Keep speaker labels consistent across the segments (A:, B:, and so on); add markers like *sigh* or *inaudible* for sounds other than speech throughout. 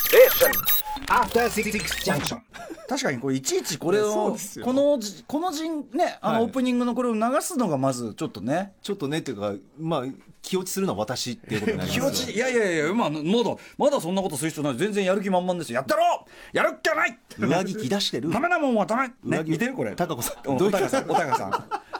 A: Station.
B: After Six Junction.
C: 確かにこれいちいちこれ
D: そう
C: を
D: ですよ
C: このじこの人ねあ
D: は
C: の
D: い
C: オープニングのこれを流すのがまずちょっとね
D: ちょっとねっていうかまあ気落ちするのは私っていうことになります
C: 気持ちいやいやいやまあまだまだそんなことする人ない全然やる気満々ですよやったろうやるっきゃない
D: 上着着出してる
C: ダメなもんはダメね
D: 上着
C: 見てるこれ
D: 高子さん
C: うんおたかさんおたかさん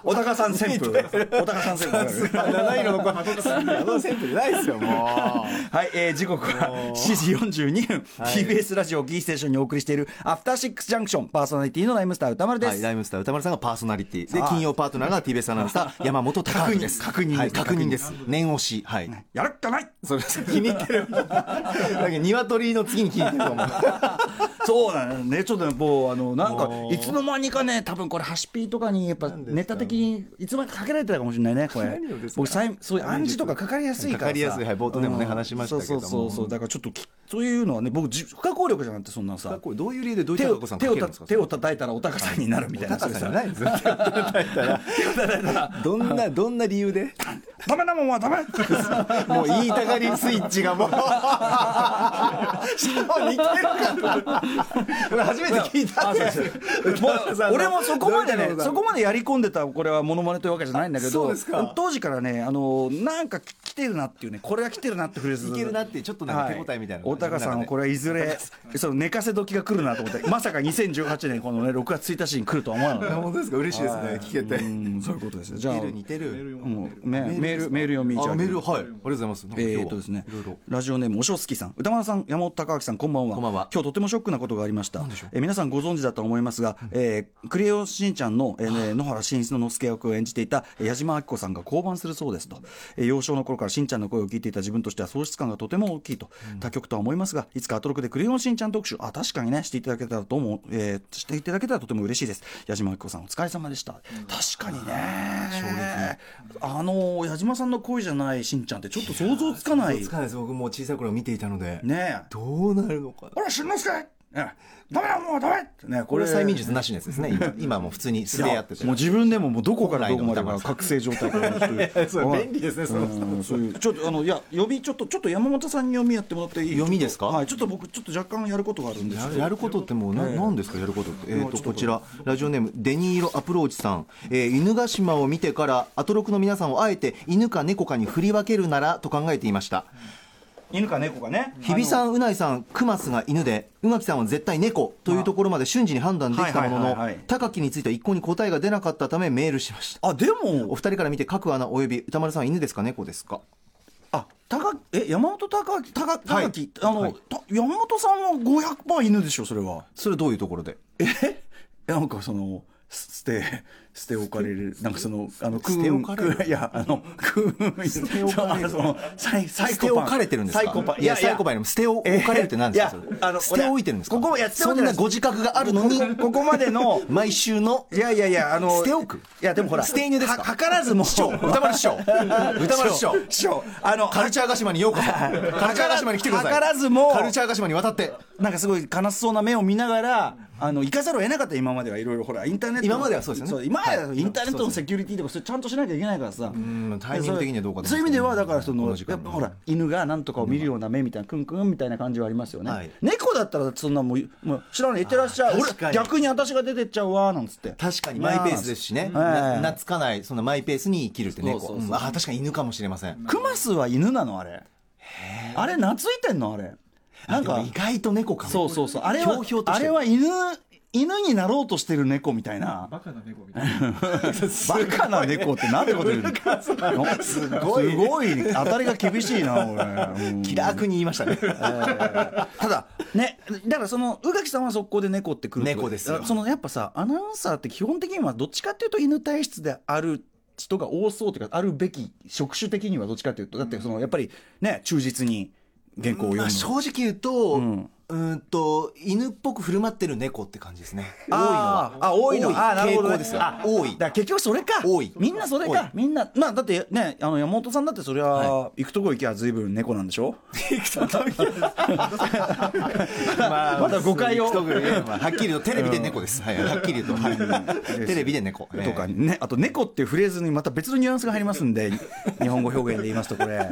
C: おたか
D: *laughs*
C: さん旋風おたかさん旋風
D: 七色の子あのセンプじゃないですよも
C: はい、えー時刻は7時42分、TBS ラジオをキーステーションにお送りしている「アフターシックスジャンクション」パーソナリティのライムスター歌丸
D: う
C: で
D: はい
C: す、
D: ライムスター歌丸さんがパーソナリティで
C: さあ
D: 金曜パートナーが TBS アナウンサー山本
C: 確
D: 隆
C: 認
D: 明です
C: 確認
D: はい
C: です
D: 確認です念押しはい
C: やるっきゃない
D: それ気に入ってるだけど鶏の次に気に入ってると思う
C: そうだねちょっとねもうあのなんかいつの間にかね多分これハシピーとかにやっぱネタ的にいつまでかけられてたかもしれないねこれ
D: 何をですか
C: 僕さいそういう暗示とかかかりやすいからさ
D: かかりやすいはい冒頭でもね
C: うん
D: 話しましたけども
C: そうそうそうそうだからちょっときそういうのはね僕じ不可抗力じゃなくてそんなさ
D: これどういう理由でどうい
C: 手
D: う
C: を
D: 高子さん
C: 手
D: か
C: を
D: けるん
C: た
D: ですか
C: 手を叩いたらおたかさんになるみたいな
D: 高子さんじゃ
C: そういうさ
D: ないですよ手を叩いたらどんなどんな理由で
C: ダメなもんはダメ
D: もう言いたがりスイッチがもうしかも似てるから俺初めて聞いたんですよ
C: もう
D: *laughs*
C: 俺もそこまでねそこまでやり込んでたこれはモノマネというわけじゃないんだけ
D: そう
C: ど
D: ですか
C: 当時からねあのなんか来てるなっていうねこれが来てるなってフレーズ
D: いけるなっていうちょっとなんか手応えみたいなのが
C: おたかさんはこれはいずれその寝かせ時が来るなと思ってまさか2018年このね6月1日に来るとは思わなかった
D: 本当ですか嬉しいですね聞けて
C: うんそういうことですねじゃあ
D: 似てる似てる
C: もうメメールメール読みいただ
D: あ
C: きま
D: メー
C: す
D: ルはいありがとうございますなんか今日
C: え
D: は
C: ーっとですね
D: いろいろ、
C: ラジオネームおしょすきさん、歌丸さん、山本隆明さん、こんばんは。
D: こんばんは
C: 今日とてもショックなことがありました。えー皆さんご存知だと思いますが、えークレヨンしんちゃんの、えーね野原しんの之助役を演じていたえー矢島明子さんが降板するそうですと、えー幼少の頃からしんちゃんの声を聞いていた自分としては喪失感がとても大きいと、他局とは思いますが、いつかアトロクでクレヨンしんちゃん特集、あ、確かにね、していただけたらと思う、えーしていただけたらとても嬉しいです。矢島明子さん、お疲れ様でした。確かにね、あのー矢島さんの声じゃないしんちゃんってちょっと想像つかない。
D: つかないです僕もう小さい頃見ていたので
C: ねえ。
D: どうなるのかな
C: ほら、しんのすけダメだ、もうダメってね、こ
D: こ
C: れ
D: れ催眠術なしのやつですね今今もう普通に素でやってて
C: もう自分でももうどこからどこまで
D: 本来
C: か
D: の
C: 覚醒状態から *laughs*
D: やそれ便利ですねその
C: うんそういうちょっとあのいや読みちょっとちょっと山本さんに読みやってもらっていい
D: 読みですか
C: はいちょっと僕ちょっと若干やることがあるんです
D: や
C: け
D: る
C: ど
D: やることってもうな何、ですかやることって、えー、とこちらラジオネームデニーロアプローチさん、えー犬ヶ島を見てからアトロクの皆さんをあえて犬か猫かに振り分けるならと考えていました
C: 犬か猫かね
D: 日比さんうないさんクマスが犬で宇垣さんは絶対猫というところまで瞬時に判断できたもの
C: はいは
D: の
C: いはいはい
D: 高木については一向に答えが出なかったためメールしました
C: あで
D: お
C: も
D: 二人から見て各穴および歌丸さんは犬ですか猫ですか
C: あ高木え山本高木高木、
D: はい
C: 高木あの、
D: はい
C: た山本さんは500%犬でしょそれは
D: それどういうところで
C: い *laughs* やなんかその捨て捨て置かれるなんかそのあの
D: 捨て置かれる
C: クーンいやあのクーン捨
D: て置かれる
C: そのサイサイ
D: 捨
C: コ
D: て
C: パン
D: 置かれてるんですか
C: サイコパン
D: いやサイコパンよりも捨て置かれるって何ですか
C: いや
D: それ
C: あの
D: 捨て置いてるんですか
C: ここいや捨て置
D: そ
C: い
D: ん
C: てない
D: なご自覚があるのに
C: ここまでの
D: 毎週の
C: いやいやいやあの
D: 捨て置く
C: いやでもほら
D: 捨て犬ですか
C: は図らずも *laughs*
D: 師匠歌丸師 *laughs* 匠歌丸師匠
C: 師匠あの
D: カルチャーヶ島にようこそカルチャーヶ島に来てください
C: 図らずも
D: カルチャーヶ島に渡って
C: なんかすごい悲しそうな目を見ながらあの行かざるを得なかった今まではいろいろほらインターネットの
D: 今まではそうですよね
C: 今までは
D: はい
C: インターネットのセキュリティとかそれちゃんとしなきゃいけないからさ
D: んタイミング的にはどうかと思いますけど
C: そういう意味ではだからそ
D: こ
C: の
D: の時間
C: やっ
D: に
C: ぱほら犬がなんとかを見るような目みたいなクンクンみたいな感じはありますよね、
D: はい
C: 猫だったらそんなもうもう知らない行ってらっしゃい
D: 確か
C: 俺
D: に
C: 逆に私が出てっちゃうわなんつって
D: 確かにマイペースですしね、
C: まあ
D: な
C: ええ
D: 懐かないそんなマイペースに生きるって猫
C: そうそうそう
D: うんああ確かに犬かもしれません
C: クマスは犬なのあれあれ懐いてんのあれな
D: なん
C: ん
D: か
C: か
D: 意外と猫かも
C: そうそうそうあれは
D: ひょうひょうとし
C: あ
D: てる
C: れは犬犬になろうとしてる猫みたいな
E: バカな猫みたいな。
C: バカな猫ってなんてこと言うのすごいすごい当たりが厳しいな俺、うん
D: 気楽に言いましたね
C: ただねだからその宇垣さんは速攻で猫って来ると
D: 猫ですよ
C: そのやっぱさアナウンサーって基本的にはどっちかっていうと犬体質である人が多そうっていうかあるべき職種的にはどっちかっていうとだってそのやっぱりね忠実に原稿を読
D: ま
C: む
D: あ正直言うと、
C: う
D: うんん、と犬っぽく振る舞ってる猫って感じですね多いの
C: あ
D: は
C: ーあ多いのあーなるほどね
D: 傾向ですよ
C: あ
D: 多い
C: だから結局それか
D: 多い
C: みんなそれ
D: 多い
C: かみんなまあだってねあの山本さんだってそりゃ、
D: は
C: 行くとこ行きゃ随分猫なんでしょ
D: *laughs* ま
C: *laughs* まだ誤解を
D: 一口いやまあはっきり言うとテレビで猫です、はい、はっきり言うと、はいテレビで猫
C: とか
D: え
C: ねあと猫っていうフレーズにまた別のニュアンスが入りますん
D: *laughs*
C: で日本語表現で言いますとこれ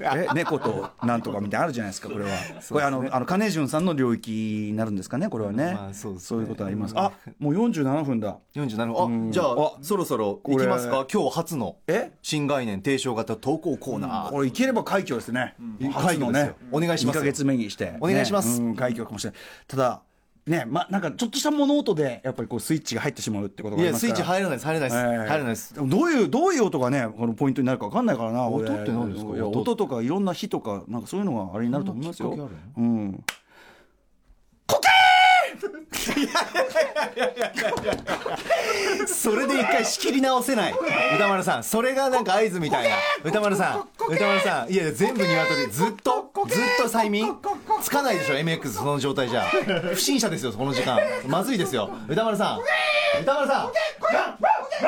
C: え猫となんとかみたいなのあるじゃないですかこれはこれあのあの金潤ンさんの領域になるんですかねこれはね,、
D: まあそうですね
C: いうことはあります、あもう47分だ
D: 47分あじゃあ
C: あ
D: そろそろ
C: れ
D: 行きますか今日初の
C: え
D: 新概念提唱型投稿コーナー
C: これいければ快挙ですね、
D: うん
C: 初の
D: 快挙です
C: ね
D: よお願いします
C: 2ヶ月目にして
D: お願いします
C: ねうん快挙かもしれないただねまあなんかちょっとした物音でやっぱりこうスイッチが入ってしまうってことがあり
D: いや
C: ます
D: スイ
C: か
D: ッ
C: ら
D: チ入らないです入らないです
C: ええ
D: 入らないです
C: でもどういうどういう音がねこのポイントになるか分かんないからな
D: 音
C: 俺
D: って何ですか
C: いや
D: 音
C: 音とかいろんな火とかなんかそういうのがあれになると思いますよ
D: そんなきっか
C: うん
D: それで一回仕切り直せない歌丸さんそれがなんか合図みたいな歌丸さん歌丸さんいやいや全部鶏ずっとずっと催眠つかないでしょ MX その状態じゃ不審者ですよこの時間まずいですよ歌丸さん歌丸さん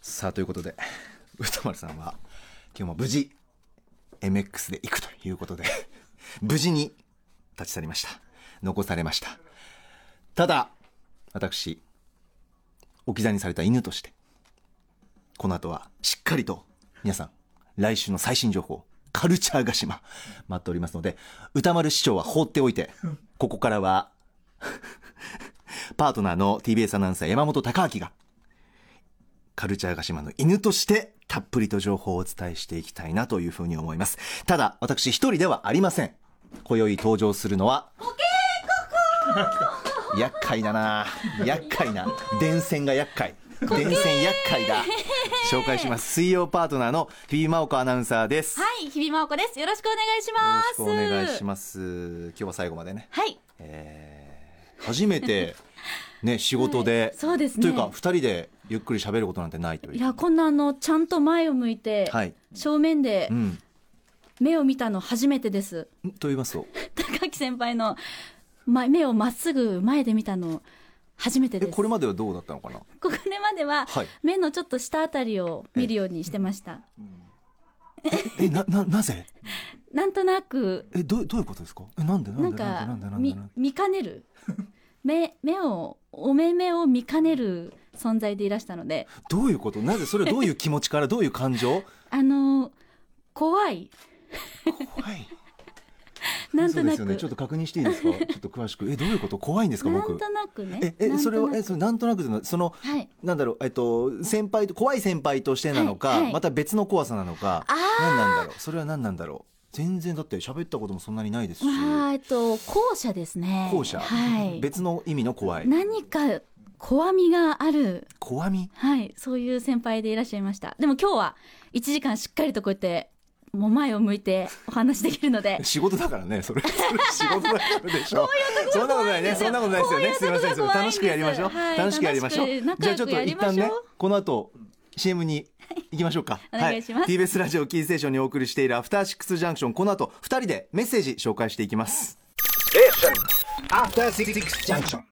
D: さあということで *laughs* 歌丸さんは今日も無事 MX で行くということで *laughs* 無事に立ち去りました残されましたただ私置き去りにされた犬としてこの後はしっかりと皆さん来週の最新情報カルチャーが島待っておりますので歌丸市長は放っておいてここからはパートナーの TBS アナウンサー山本隆明がカルチャーが島の犬としてたっぷりと情報をお伝えしていきたいなというふうに思いますただ私一人ではありません今宵登場するのは *laughs* 厄介だな厄介な電線が厄介電線厄介だ紹介します水曜パートナーのフィーマオコアナウンサーです、
A: はい、日比真央子です。よろしくお願いし
D: よ
A: ます。
D: ろしくお願いし
A: ま
D: ます今日は最後までね
A: す。はい。
D: 初めてね仕事で、
A: はいそうですね
D: というか二人でゆっくり喋ることなんてないという
A: いや、こんなあの、ちゃんと前を向いて、
D: はい
A: 正面で
D: うん
A: 目を見たの初めてです。 *laughs*
D: と言いますと
A: 高木先輩の、ま、目をまっすぐ前で見たの初めて
D: え
A: です。
D: これまではどうだったのかな
A: これまでは、
D: はい
A: 目のちょっと下あたりを見るようにしてました。
D: えなななぜ
A: なんとなく、
D: えどうどういうことですかえなんでな
A: なんん
D: でなん
A: か
D: でなんでなんで
A: 見
D: なんで
A: 見かねる目目をお目目を見かねる存在でいらしたので
D: どういうことなぜそれはどういう気持ちからどういう感情
A: あの怖い
D: 怖い
A: なんとな
D: そうで
A: く、
D: すよねちょっと確認していいですかちょっと詳しくえどういうこと怖いんですか
A: な
D: 僕
A: んとなくね
D: ええそれはえ
A: なんと
D: そのなんとなくというのはその
A: なくはい
D: なんだろうえっと先輩と怖い先輩としてなのか、
A: はいはい
D: また別の怖さなのか
A: あー
D: 何なんだろうそれは何なんだろう全然だって喋ったこともそんなにないですし
A: わあえっと後者ですね
D: 後者、
A: はい
D: 別の意味の怖い
A: 何か怖みがある
D: 怖み
A: はいそういう先輩でいらっしゃいましたでも今日は1時間しっかりとこうやってもう前を向いてお話できるので
D: 仕事だからね、
A: *laughs*
D: それ。それ仕事だからでしょ。そんなことないね、そんなことないですよね。
A: こ
D: す
A: う
D: み
A: いう
D: ま
A: とこ
D: せん、
A: ろ
D: すみません。楽し
A: が怖いんです
D: くやりましょう。
A: はい
D: 楽しくやりましょう
A: 楽しく。仲良く
D: じゃあちょっと
A: やり
D: 一
A: ましょう
D: 旦ね、この後、CM に行きましょうか。
A: お願いします
D: TBS ラジオキーステーションにお送りしているアフターシックスジャンクション、この後、二人でメッセージ紹介していきます。
B: After Six Junction.